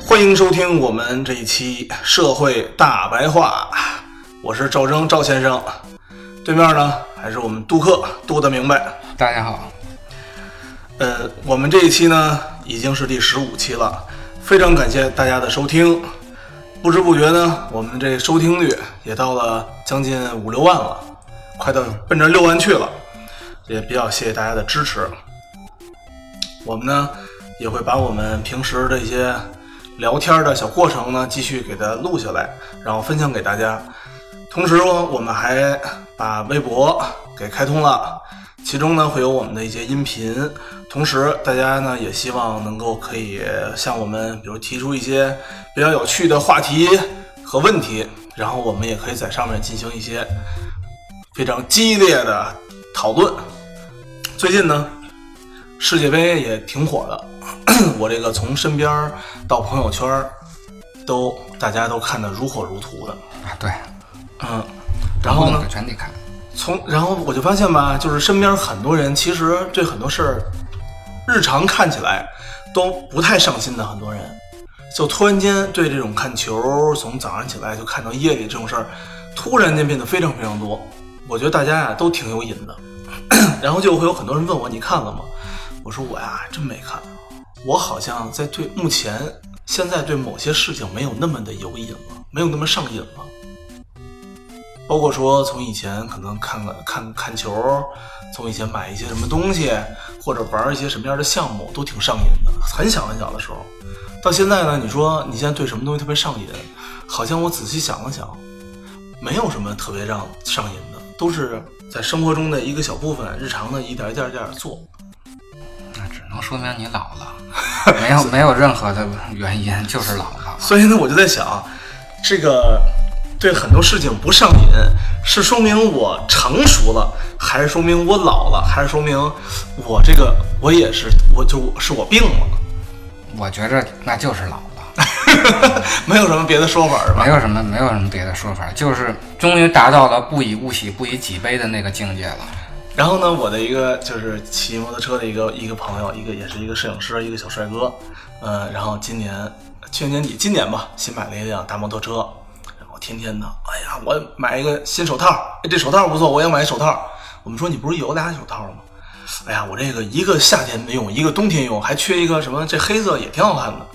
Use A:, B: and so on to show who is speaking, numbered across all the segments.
A: 欢迎收听我们这一期《社会大白话》，我是赵征赵先生，对面呢还是我们杜克杜的明白。
B: 大家好，
A: 呃，我们这一期呢已经是第十五期了，非常感谢大家的收听。不知不觉呢，我们这收听率也到了将近五六万了，快到奔着六万去了，也比较谢谢大家的支持。我们呢也会把我们平时的一些聊天的小过程呢继续给它录下来，然后分享给大家。同时呢，我们还把微博给开通了，其中呢会有我们的一些音频。同时，大家呢也希望能够可以向我们，比如提出一些比较有趣的话题和问题，然后我们也可以在上面进行一些非常激烈的讨论。 最近呢，世界杯也挺火的， 我这个从身边儿到朋友圈儿都大家都看得如火如荼的，
B: 啊对，
A: 嗯，然后呢
B: 可，全得看，
A: 从然后我就发现吧，就是身边很多人其实对很多事儿，日常看起来都不太上心的很多人，就突然间对这种看球，从早上起来就看到夜里这种事儿，突然间变得非常非常多。我觉得大家呀都挺有瘾的， 然后就会有很多人问我你看了吗？我说我呀真没看，我好像在对目前现在对某些事情没有那么的有瘾了，没有那么上瘾了。包括说从以前可能看个看看球，从以前买一些什么东西，或者玩一些什么样的项目，都挺上瘾的。很小很小的时候，到现在呢，你说你现在对什么东西特别上瘾？好像我仔细想了想，没有什么特别让上瘾的，都是在生活中的一个小部分，日常的一点一点一点做。
B: 那只能说明你老了， 没有没有任何的原因，就是老了。
A: 所以呢，我就在想，这个对很多事情不上瘾，是说明我成熟了，还是说明我老了，还是说明我这个我也是我就是我病了？
B: 我觉着那就是老了，
A: 没有什么别的说法是吧
B: 没？有什么没有什么别的说法，就是终于达到了不以物喜，不以己悲的那个境界了。
A: 然后呢，我的一个就是骑摩托车的一个一个朋友，一个也是一个摄影师，一个小帅哥，呃，然后今年呃去年年底，今年吧，新买了一辆大摩托车，然后天天的，哎呀，我买一个新手套，哎，这手套不错，我也买一手套。我们说你不是有俩手套吗？哎呀，我这个一个夏天没用，一个冬天用，还缺一个什么？这黑色也挺好看的。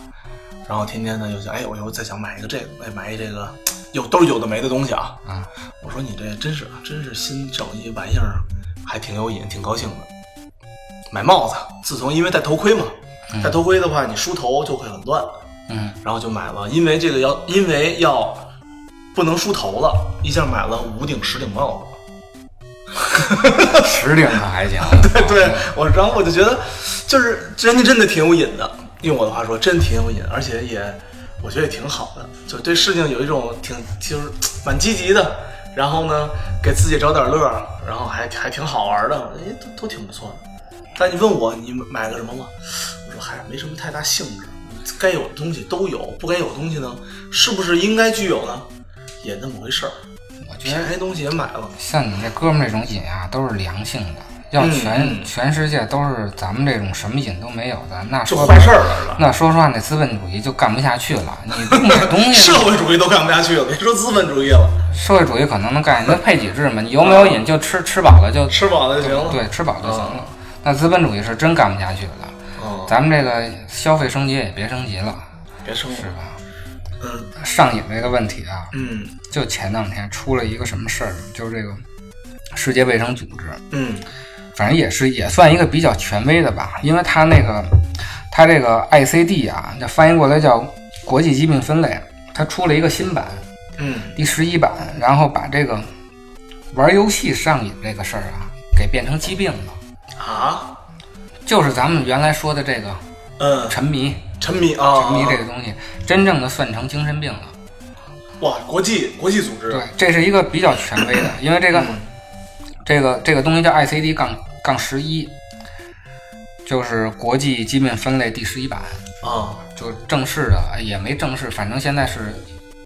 A: 然后天天呢又想，哎，我又再想买一个这个，哎，买一这个，有都是有的没的东西啊。
B: 啊，
A: 我说你这真是真是新整一玩意儿，还挺有瘾，挺高兴的。买帽子，自从因为戴头盔嘛，戴头盔的话你梳头就会很乱，
B: 嗯，
A: 然后就买了，因为这个要因为要不能梳头了，一下买了五顶十顶帽子。
B: 十顶可还行，
A: 对我，然后我就觉得，就是人家真的挺有瘾的，用我的话说，真挺有瘾，而且也我觉得也挺好的，就对事情有一种挺就是蛮积极的，然后呢给自己找点乐儿，然后还还挺好玩的，哎，都都挺不错的。但你问我你买个什么吗？我说嗨，没什么太大兴致，该有的东西都有，不该有的东西呢，是不是应该具有呢？也那么回事儿，
B: 我觉
A: 便
B: 得
A: 宜东西也买了。
B: 像你这哥们儿这种瘾啊，都是良性的。要
A: 嗯
B: 全、全世界都是咱们这种什么瘾都没有的，那
A: 就
B: 说
A: 坏
B: 白
A: 事儿 了是吧
B: 那说实话，那资本主义就干不下去了。你不买东 西，
A: 社会主义都干不下去了，别说资本主义了，
B: 社会主义可能能干，那配给制嘛，你有没有瘾就吃，吃饱了就
A: 吃饱了就行了。
B: 对，吃饱就行了。那资本主义是真干不下去了，
A: 哦，
B: 咱们这个消费升级也别升级了，
A: 别生
B: 是
A: 了。
B: 吧？
A: 嗯
B: 上瘾这个问题啊，
A: 嗯
B: 就前两天出了一个什么事儿，就是这个世界卫生组织，
A: 嗯
B: 反正也是也算一个比较权威的吧，因为它那个它这个 ICD 啊，那翻译过来叫国际疾病分类，它出了一个新版，
A: 嗯，
B: 第十一版，然后把这个玩游戏上瘾这个事儿啊，给变成疾病了，
A: 啊，
B: 就是咱们原来说的这个
A: 嗯，
B: 沉迷，
A: 沉迷啊，
B: 沉迷这个东西，真正的算成精神病了。
A: 哇，国际国际组织，
B: 对，这是一个比较权威的，因为这个、这个这个东西叫 ICD 杠杠十一，就是国际疾病分类第十一版，
A: 啊，
B: 就是正式的哎也没正式，反正现在是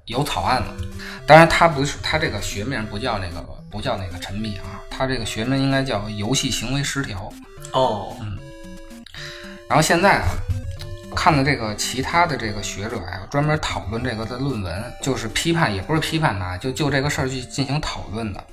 B: 有草案了。当然，它不是它这个学名不叫那个不叫那个沉迷啊，它这个学名应该叫游戏行为失调。
A: 哦，
B: 然后现在啊，看了这个其他的这个学者呀、专门讨论这个的论文，就是批判，也不是批判它，就就这个事儿去进行讨论的。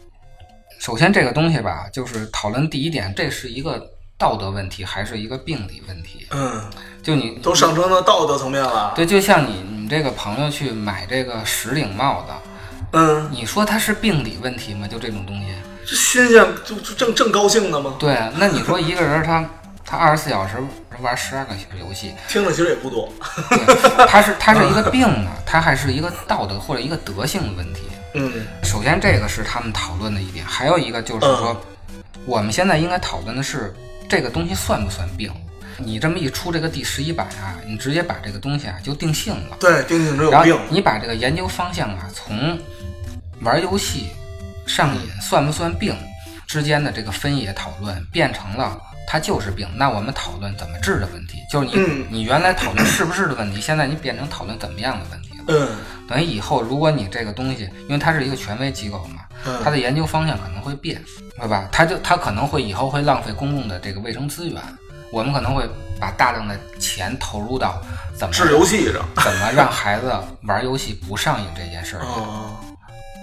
B: 首先，这个东西吧，就是讨论第一点，这是一个道德问题还是一个病理问题？
A: 嗯，
B: 就你
A: 都上升到道德层面了，
B: 对，就像你你这个朋友去买这个十顶帽子，
A: 嗯，
B: 你说它是病理问题吗？就这种东西。
A: 这新鲜，就就正正高兴呢吗？
B: 对，啊那你说一个人他他二十四小时玩十二个小时游戏，
A: 听着其实也不多，
B: 对，它是它是一个病啊，它还是一个道德或者一个德性的问题。
A: 嗯
B: 首先，这个是他们讨论的一点，还有一个就是说，我们现在应该讨论的是这个东西算不算病。你这么一出这个第十一版啊，你直接把这个东西啊就定性了，
A: 对，丁丁这有
B: 然
A: 病
B: 后，你把这个研究方向啊从玩游戏上瘾算不算病之间的这个分野讨论变成了。它就是病，那我们讨论怎么治的问题，就是你、
A: 嗯
B: 你原来讨论是不是的问题，现在你变成讨论怎么样的问题了。
A: 嗯
B: 等于以后如果你这个东西，因为它是一个权威机构嘛，它
A: 嗯，
B: 的研究方向可能会变，对吧？它就它可能会以后会浪费公共的这个卫生资源，我们可能会把大量的钱投入到怎么
A: 治游戏上，
B: 怎么让孩子玩游戏不上瘾这件事儿。
A: 哦，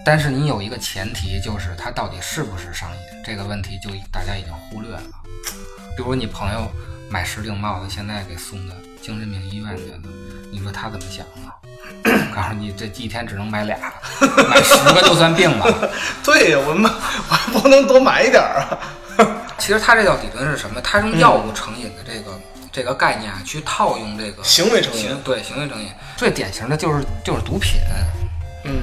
B: 但是你有一个前提，就是他到底是不是上瘾这个问题，就大家已经忽略了。比如你朋友买十顶帽子，现在给送到精神病医院去了，你说他怎么想啊？告诉你，这一天只能买俩，买十个就算病了。
A: 对呀，我们我还不能多买一点儿啊，
B: 其实他这叫理论是什么？他用药物成瘾的这个、这个概念啊，去套用这个
A: 行为成瘾，
B: 行对行为成瘾，最典型的就是就是毒品。
A: 嗯，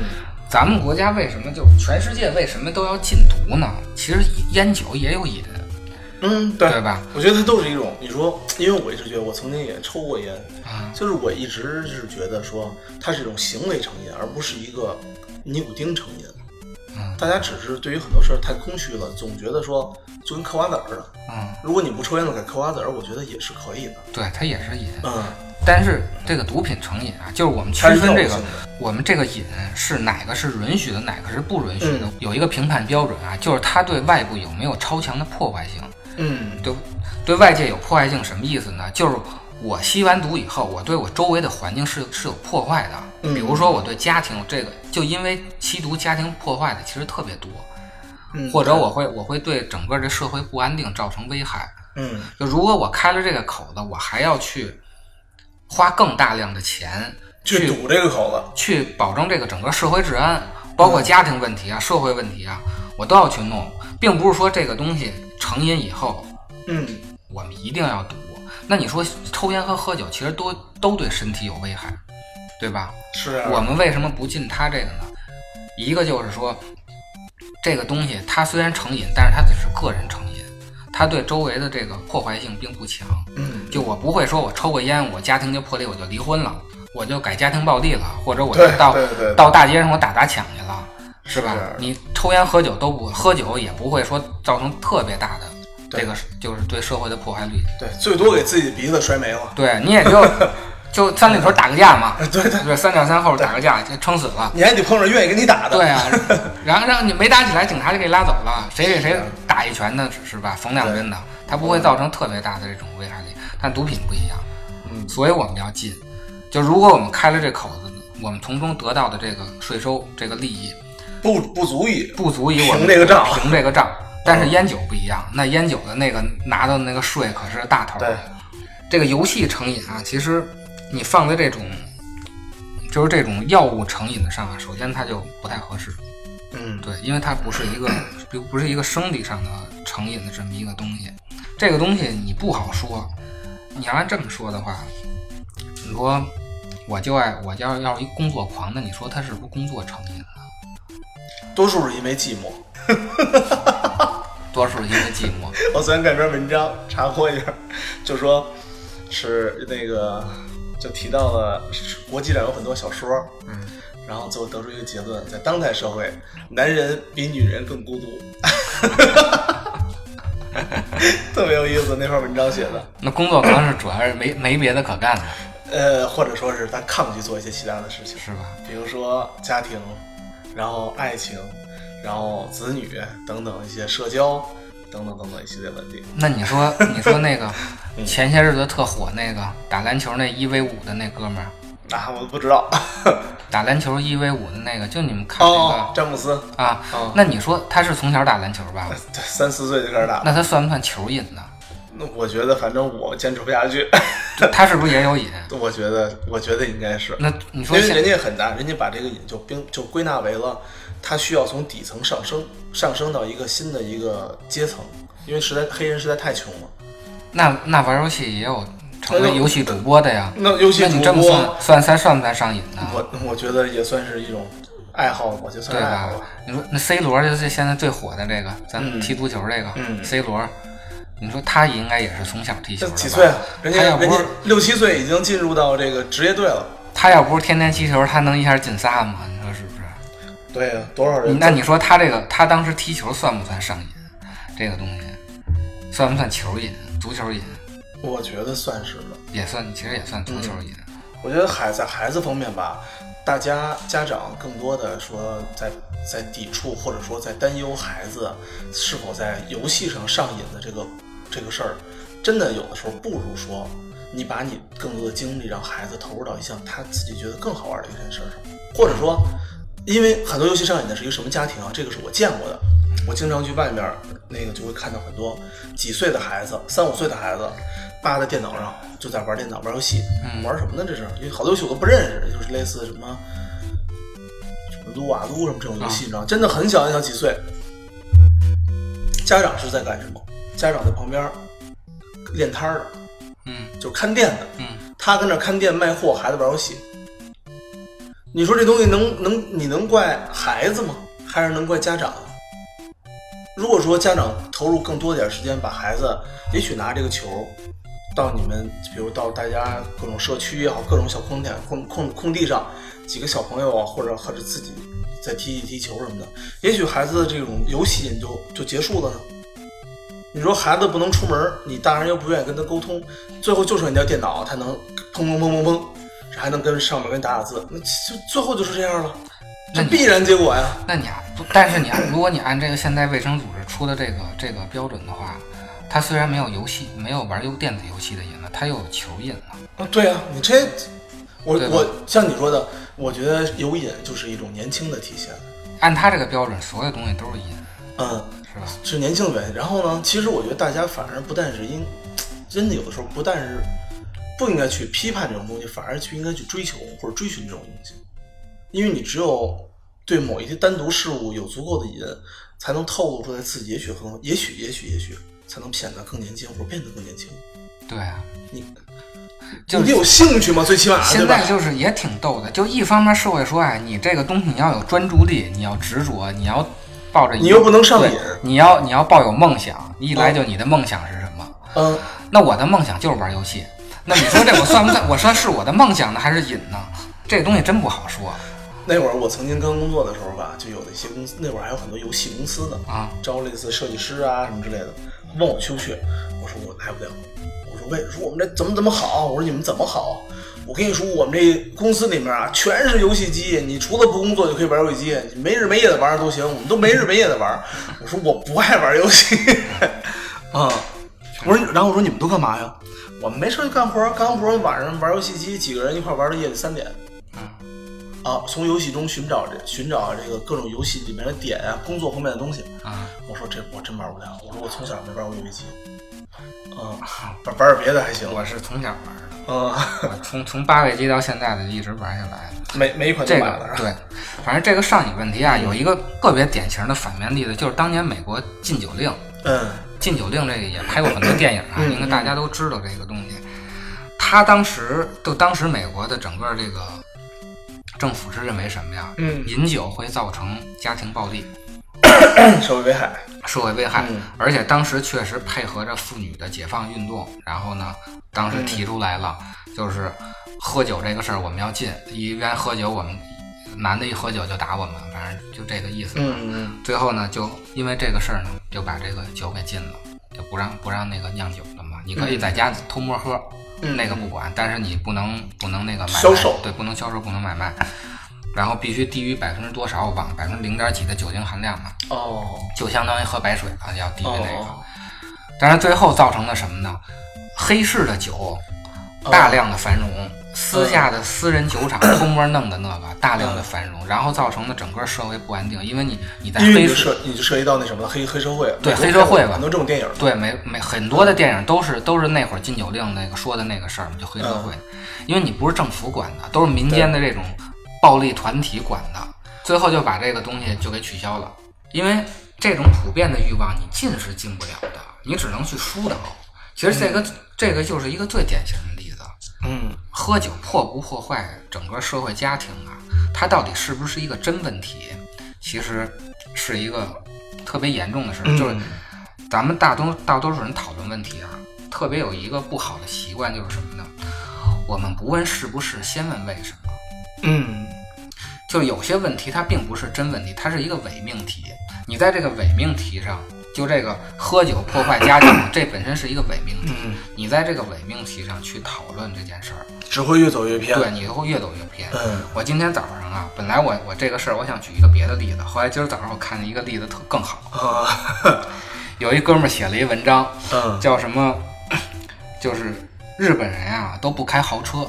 B: 咱们国家为什么就全世界为什么都要禁毒呢？其实烟酒也有瘾，
A: 嗯，对
B: 对吧？
A: 我觉得它都是一种，你说，因为我一直觉得我曾经也抽过烟，
B: 啊，
A: 就是我一直是觉得说它是一种行为成瘾，而不是一个尼古丁成瘾。
B: 嗯
A: 大家只是对于很多事儿太空虚了，总觉得说就跟嗑瓜子儿似的。
B: 嗯，
A: 如果你不抽烟了，改嗑瓜子儿，我觉得也是可以的。
B: 对，它也是瘾。
A: 嗯，
B: 但是这个毒品成瘾啊，就是我们区
A: 它是
B: 分这
A: 药
B: 个
A: 性，的
B: 我们这个瘾是哪个是允许的，哪个是不允许的，
A: 嗯
B: 有一个评判标准啊，就是它对外部有没有超强的破坏性。
A: 嗯，
B: 对，对外界有破坏性什么意思呢？就是我吸完毒以后，我对我周围的环境是是有破坏的。
A: 嗯
B: 比如说我对家庭这个，就因为吸毒家庭破坏的其实特别多，
A: 嗯
B: 或者我会我会对整个这社会不安定造成危害。
A: 嗯
B: 就如果我开了这个口子，我还要去花更大量的钱
A: 去
B: 去
A: 堵这个口子。
B: 去保证这个整个社会治安，包括家庭问题啊、社会问题啊，我都要去弄，并不是说这个东西成瘾以后
A: 嗯，
B: 我们一定要赌。那你说抽烟和喝酒其实都都对身体有危害，对吧？
A: 是啊
B: 我们为什么不进它这个呢？一个就是说，这个东西它虽然成瘾，但是它只是个人成瘾，它对周围的这个破坏性并不强。
A: 嗯，
B: 就我不会说我抽个烟，我家庭就破裂，我就离婚了，我就改家庭暴力了，或者我就
A: 对
B: 到
A: 对对对
B: 到大街上我打砸抢去了，是吧？
A: 是
B: 你抽烟喝酒都不喝酒也不会说造成特别大的
A: 对
B: 这个就是对社会的破坏力。
A: 对，最多给自己鼻子摔没了。
B: 对你也就就三里屯打个架嘛，
A: 对对，
B: 对，三点三后打个架就撑死了。
A: 你还得碰上愿意跟你 打的。
B: 对啊， 然后让你没打起来，警察就给拉走了，谁给谁打一拳呢，是吧？缝两针的，它不会造成特别大的这种危害力，但毒品不一样，
A: 嗯
B: 所以我们要禁。就如果我们开了这口子，我们从中得到的这个税收、这个利益，
A: 不不足以。
B: 不足以我们
A: 平这个账嗯
B: 平这个账。但是烟酒不一样，那烟酒的那个拿到的那个税可是大头。
A: 对，
B: 这个游戏成瘾啊，其实你放在这种，就是这种药物成瘾的上啊，首先它就不太合适。
A: 嗯
B: 对，因为它不是一个，不不是一个生理上的成瘾的这么一个东西。这个东西你不好说，你要按这么说的话，你说我就爱我要要是一工作狂，那你说他是不是工作成瘾了？
A: 多数是因为寂寞。
B: 多数是因为寂寞。
A: 我昨天看一篇文章，查获一下，就说是那个就提到了国际上有很多小说，
B: 嗯，
A: 然后最后得出一个结论，在当代社会，男人比女人更孤独， 特别有意思。那篇文章写的，
B: 那工作可能是主要是没没别的可干了，
A: 呃，或者说是他抗拒做一些其他的事情，
B: 是吧？
A: 比如说家庭，然后爱情，然后子女等等一些社交等等等等一系列问题。
B: 那你说，你说那个
A: 嗯
B: 前些日子特火那个打篮球那一 v 五的那哥们儿，
A: 啊，我不知道。
B: 打篮球一 v 五的那个，就你们看
A: 哦
B: 那，
A: 詹姆斯，
B: 个啊
A: 哦，
B: 那你说他是从小打篮球吧？
A: 对三四岁就开始打。
B: 那他算不算球瘾呢？
A: 那我觉得，反正我坚持不下去。
B: 他是不是也有瘾？
A: 我觉得，我觉得应该是，
B: 那嗯你
A: 因
B: 说
A: 为人
B: 现
A: 家很难，人家把这个瘾就并就归纳为了，他需要从底层上升，上升到一个新的一个阶层，因为实在黑人实在太穷了。
B: 那那玩游戏也有成
A: 那
B: 为
A: 就
B: 游戏主播的呀？
A: 那游戏
B: 那你
A: 主
B: 这么
A: 播，
B: 算算算算不算上瘾呢？
A: 我我觉得也算是一种爱好，我就算
B: 嗯对
A: 是爱
B: 吧
A: 好吧。？
B: 你说那 C 罗就是现在最火的这个，
A: 哎嗯
B: 咱们踢足球这个、
A: 嗯
B: C 罗，你说他应该也是从小踢球
A: 这
B: 的吧？
A: 几岁啊？人家
B: 他要不
A: 人
B: 是
A: 家六七岁已经进入到这个职业队了。
B: 他要不是天天踢球，他能一下进仨吗？你说是不是？
A: 对啊，多少人
B: 嗯那你说他这个，他当时踢球算不算上瘾？这个东西算不算球瘾？足球瘾
A: 我觉得算是吧。
B: 也算，其实也算足球瘾。
A: 我觉得孩在孩子方面吧，大家家长更多的说在在抵触或者说在担忧孩子是否在游戏上上瘾的这个这个事儿，真的有的时候不如说你把你更多的精力让孩子投入到一项他自己觉得更好玩的一件事儿上，或者说，因为很多游戏上瘾的是一个什么家庭啊，这个是我见过的。我经常去外面，那个就会看到很多几岁的孩子，三五岁的孩子，扒在电脑上就在玩电脑玩游戏，
B: 嗯
A: 玩什么呢？这是，因为好多游戏我都不认识，就是类似什么什么撸啊撸什么这种游戏，
B: 啊
A: 你知道吗，真的很小很小几岁，家长是在干什么？家长在旁边练摊儿的，
B: 嗯
A: 就是看店的，
B: 嗯，
A: 他跟那儿看店卖货，孩子玩游戏。你说这东西能能你能怪孩子吗？还是能怪家长？如果说家长投入更多点时间，把孩子也许拿这个球到你们，比如到大家各种社区也好，各种小空点空空空地上，几个小朋友啊，或者或者自己再踢一踢球什么的，也许孩子的这种游戏瘾就就结束了呢。你说孩子不能出门，你大人又不愿意跟他沟通，最后就剩一台电脑，他能砰砰砰砰砰，还能跟上面跟打打字，那就最后就是这样了，这
B: 那你
A: 必然结果呀。
B: 那你还不，但是你 按如果你按这个现在卫生组织出的这个这个标准的话，他虽然没有游戏，没有玩游电子游戏的瘾了，他又有球瘾了。
A: 啊，对呀、你这，我
B: 对吧
A: 我像你说的，我觉得有瘾就是一种年轻的体现，
B: 按他这个标准，所有东西都是瘾，
A: 嗯，
B: 是吧？
A: 是年轻的表现。然后呢，其实我觉得大家反而不但是应，真的有的时候不但是不应该去批判这种东西，反而去应该去追求或者追寻这种东西，因为你只有对某一些单独事物有足够的瘾，才能透露出来自己也许很也许也许也许才能显得更年轻或者变得更年轻。
B: 对啊，
A: 你
B: 就
A: 你
B: 是
A: 有兴趣吗？最起码啊对
B: 现
A: 吧
B: 在？就是也挺逗的，就一方面社会说啊，你这个东西你要有专注力，你要执着，你要抱着一个，
A: 你又不能上瘾啊
B: 对你要你要抱有梦想，一来就你的梦想是什么？
A: 嗯，
B: 那我的梦想就是玩游戏，那你说这我算不算？我 说是我的梦想呢，还是瘾呢？这东西真不好说
A: 那会儿我曾经刚工作的时候吧，就有的一些公司，那会儿还有很多游戏公司呢，
B: 啊。
A: 招类似设计师啊什么之类的，问我休学，我说我来不了。我说为说我们这怎么怎么好，我说你们怎么好？我跟你说，我们这公司里面啊，全是游戏机，你除了不工作就可以玩游戏机，你没日没夜的玩都行，我们都没日没夜的玩。我说我不爱玩游戏， 啊、我说，然后我说你们都干嘛呀？我们没事就干活，干完活晚上玩游戏机，几个人一块玩到夜里三点。啊，从游戏中寻找这寻找这个各种游戏里面的点啊，工作方面的东西。
B: 啊，
A: 我说这我真玩不了，我说我从小没玩过游戏机，嗯，玩玩点别的还行，
B: 啊我是从小玩的，
A: 嗯，
B: 我从从八位机到现在的一直玩下来。
A: 每每一款都
B: 这
A: 买了
B: 个
A: 是吧？
B: 对，反正这个上瘾问题啊，有一个特别典型的反面例子，就是当年美国禁酒令，
A: 嗯
B: 禁酒令这个也拍过很多电影啊，
A: 嗯
B: 应该大家都知道这个东西。他当时就当时美国的整个这个政府是认为什么呀？
A: 嗯
B: 饮酒会造成家庭暴力、
A: 社会危害，
B: 社会危害，
A: 嗯
B: 而且当时确
A: 嗯
B: 实配合着妇女的解放运动，然后呢，当时提出来了，就是喝酒这个事儿我们要禁，一边喝酒我们男的一喝酒就打我们，反正就这个意思。
A: 嗯嗯
B: 最后呢，就因为这个事儿呢，就把这个酒给禁了，就不让不让那个酿酒了嘛。你可以在家偷摸喝，
A: 嗯
B: 那个不管，但是你不能不能那个买卖
A: 销售
B: 对，不能销售，不能买卖。然后必须低于百分之多少，我忘了，百分之零点几的酒精含量嘛，
A: 哦，
B: 就相当于喝白水了，要低于那个。
A: 哦
B: 但是最后造成了什么呢？黑市的
A: 哦
B: 酒大量的繁荣，
A: 嗯
B: 私下的私人酒厂偷摸弄的那个大量的繁荣，然后造成了整个社会不安定，因为你你在
A: 因为你
B: 哎黑
A: 就
B: 市。
A: 涉你就涉及到那什么了，黑黑社会，
B: 对
A: 美国
B: 黑社会吧
A: 很多这种电影，
B: 对，没没很多的电影都是都是那会儿禁酒令那个说的那个事儿嘛，就黑社会，因为你不是政府管的，都是民间的这种暴力团体管的，最后就把这个东西就给取消了，因为这种普遍的欲望你禁是禁不了的，你只能去疏导。其实这个、这个就是一个最典型的例子，
A: 嗯
B: 喝酒破不破坏整个社会家庭啊，它到底是不是一个真问题，其实是一个特别严重的事儿。就是咱们大多大多数人讨论问题啊，特别有一个不好的习惯就是什么呢？我们不问是不是，先问为什么。
A: 嗯
B: 就有些问题它并不是真问题，它是一个伪命题。你在这个伪命题上，就这个喝酒破坏家庭，这本身是一个伪命题。
A: 嗯，
B: 你在这个伪命题上去讨论这件事儿，
A: 只会越走越偏，
B: 对你会越走越偏。
A: 嗯
B: 我今天早上啊，本来我我这个事儿我想举一个别的例子，后来今儿早上我看见一个例子特更好，
A: 啊，
B: 有一哥们儿写了一文章，
A: 嗯
B: 叫什么， 就是日本人啊都不开豪车，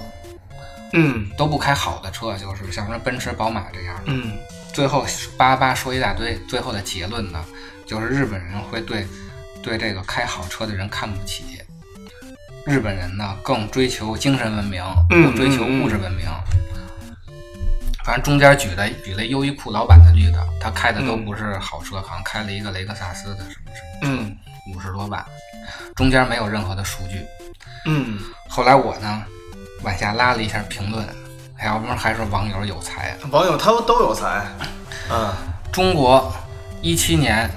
A: 嗯
B: 都不开好的车，就是像什么奔驰、宝马这样的。
A: 嗯
B: 最后叭叭说一大堆，最后的结论呢，就是日本人会对对这个开好车的人看不起。日本人呢，更追求精神文明，
A: 嗯
B: 不追求
A: 嗯嗯嗯
B: 物质文明。反正中间举了举了优衣库老板的例子，他开的都不是好车，好像开了一个雷克萨斯的什么什
A: 嗯
B: 么，五十多万，中间没有任何的数据。
A: 嗯，
B: 后来我呢，往下拉了一下评论，哎要不然还是网友有才啊。
A: 网友他们都有才，嗯
B: 中国一七年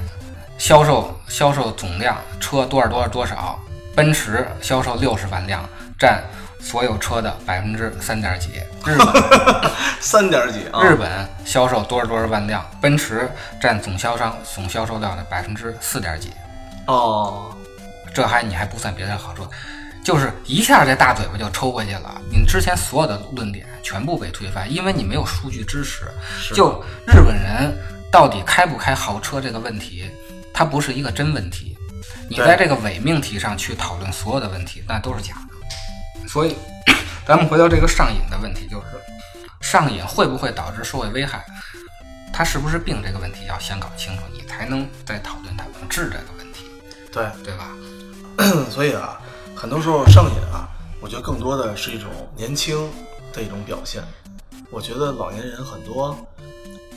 B: 销售销售总量车多少多少多少，奔驰销售六十万辆，占所有车的百分之三点几。日本
A: 三点儿几啊，
B: 日本销售多少多少万辆，奔驰占总销商总销售量的百分之四点几。
A: 哦，
B: 这还你还不算别的好处，就是一下这大嘴巴就抽过去了。你之前所有的论点全部被推翻，因为你没有数据支持。就日本人到底开不开豪车这个问题，它不是一个真问题。你
A: 对
B: 在这个伪命题上去讨论所有的问题，那都是假的。所以，咱们回到这个上瘾的问题，就是上瘾会不会导致社会危害？它是不是病这个问题要先搞清楚，你才能再讨论它不治这个问题，
A: 对，
B: 对吧？
A: 所以啊，很多时候上瘾啊，我觉得更多的是一种年轻的一种表现。我觉得老年人很多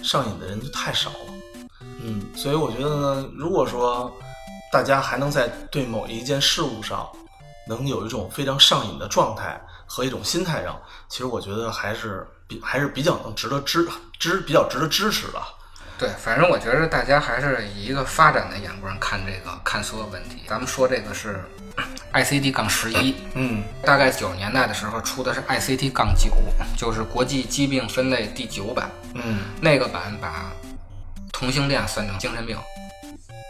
A: 上瘾的人就太少了，嗯，所以我觉得呢，如果说大家还能在对某一件事物上能有一种非常上瘾的状态和一种心态上，其实我觉得还是比还是比较能值得支支比较值得支持的。
B: 对，反正我觉得大家还是以一个发展的眼光看这个看所有问题。咱们说这个是 ICD 杠十一，
A: 嗯
B: 大概九十年代的时候出的是 ICT 杠九，就是国际疾病分类第九版，
A: 嗯
B: 那个版把同性恋算成精神病。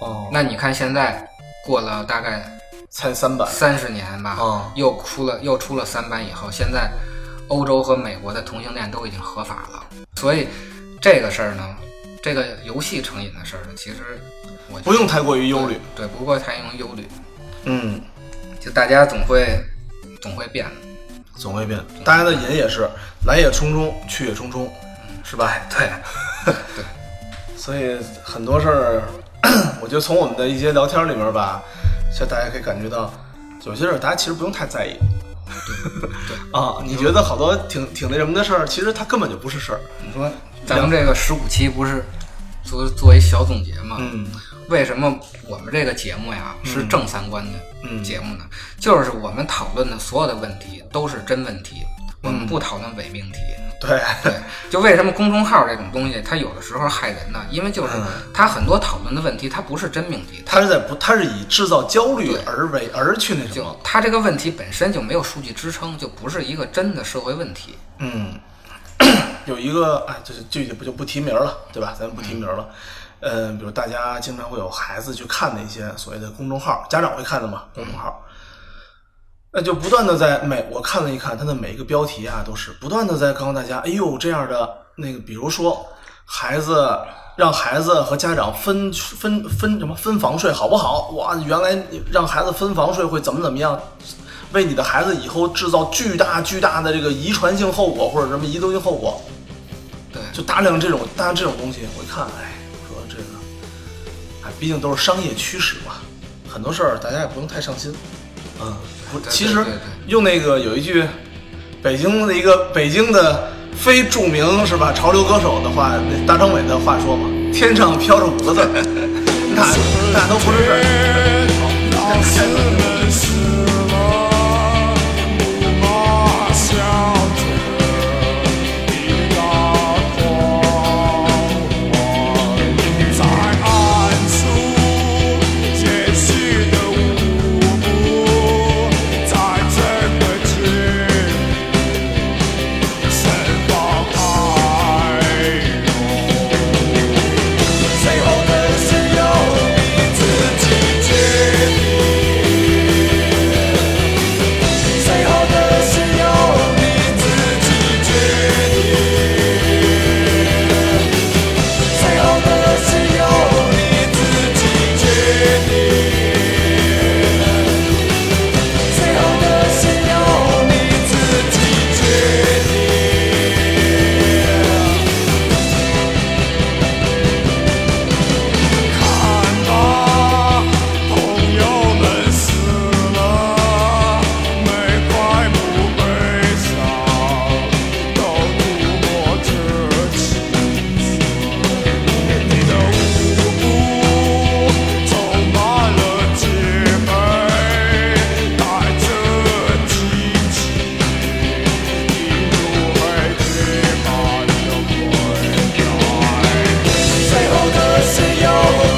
A: 哦，
B: 那你看现在过了大概
A: 参三版
B: 三十年吧，
A: 哦
B: 又出了又出了三版以后，现在欧洲和美国的同性恋都已经合法了，所以这个事儿呢，这个游戏成瘾的事儿呢，其实我
A: 不用太过于忧虑。
B: 对，不过太用忧虑，
A: 嗯。
B: 就大家总会总会变的。
A: 总会变。大家的瘾也是来也匆匆，去也匆匆，是吧？ 啊
B: 对，
A: 所以很多事儿， 我觉得从我们的一些聊天里面吧，像大家可以感觉到，有些事儿大家其实不用太在意。 啊，你觉得好多挺挺那什么的事儿，其实它根本就不是事儿。
B: 你说咱们这个十五期不是做做一小总结吗？
A: 嗯
B: 为什么我们这个节目呀是正三观的
A: 嗯
B: 节目呢？
A: 嗯
B: 就是我们讨论的所有的问题都是真问题，我们不讨论伪命题，
A: 对，
B: 对，就为什么公众号这种东西，它有的时候害人呢？因为就是它很多讨论的问题，它不是真命题，它
A: 嗯他是在不，他是以制造焦虑
B: 对
A: 而为而去那什
B: 就
A: 么，
B: 它这个问题本身就没有数据支撑，就不是一个真的社会问题。
A: 嗯， 有一个哎，就是具体不就不提名了，对吧？咱不提名了。嗯、比如大家经常会有孩子去看的一些所谓的公众号，家长会看的嘛，公众号。那就不断的在每我看了一看，它的每一个标题啊，都是不断的在告诉大家，哎呦这样的那个，比如说孩子让孩子和家长分分分什么分房睡好不好？哇，原来你让孩子分房睡会怎么怎么样，为你的孩子以后制造巨大巨大的这个遗传性后果或者什么移动性后果，
B: 对，
A: 就大量这种大量这种东西，我一看，哎，我说这个，哎，毕竟都是商业驱使嘛，很多事儿大家也不用太上心。嗯，不，
B: 对
A: 其
B: 对
A: 实
B: 对对
A: 用那个有一句北京的一个北京的非著名是吧潮流歌手的话，那大张伟的话说嘛，天上飘着五个字儿，那 那都不是事儿。
C: 老师们是我木马小子一个光环，在暗处延续的舞步，在这个剧盛放爱浓。最后的是由你自己决定，最后的是由你自己决定，最后的是由你自己决定，最后的是由你自己决定。看吧，朋友们死了，没快不悲伤，都涂抹着青丝。你的舞步充满了洁白，带着激情，一路被贴满了关爱。最后的是由。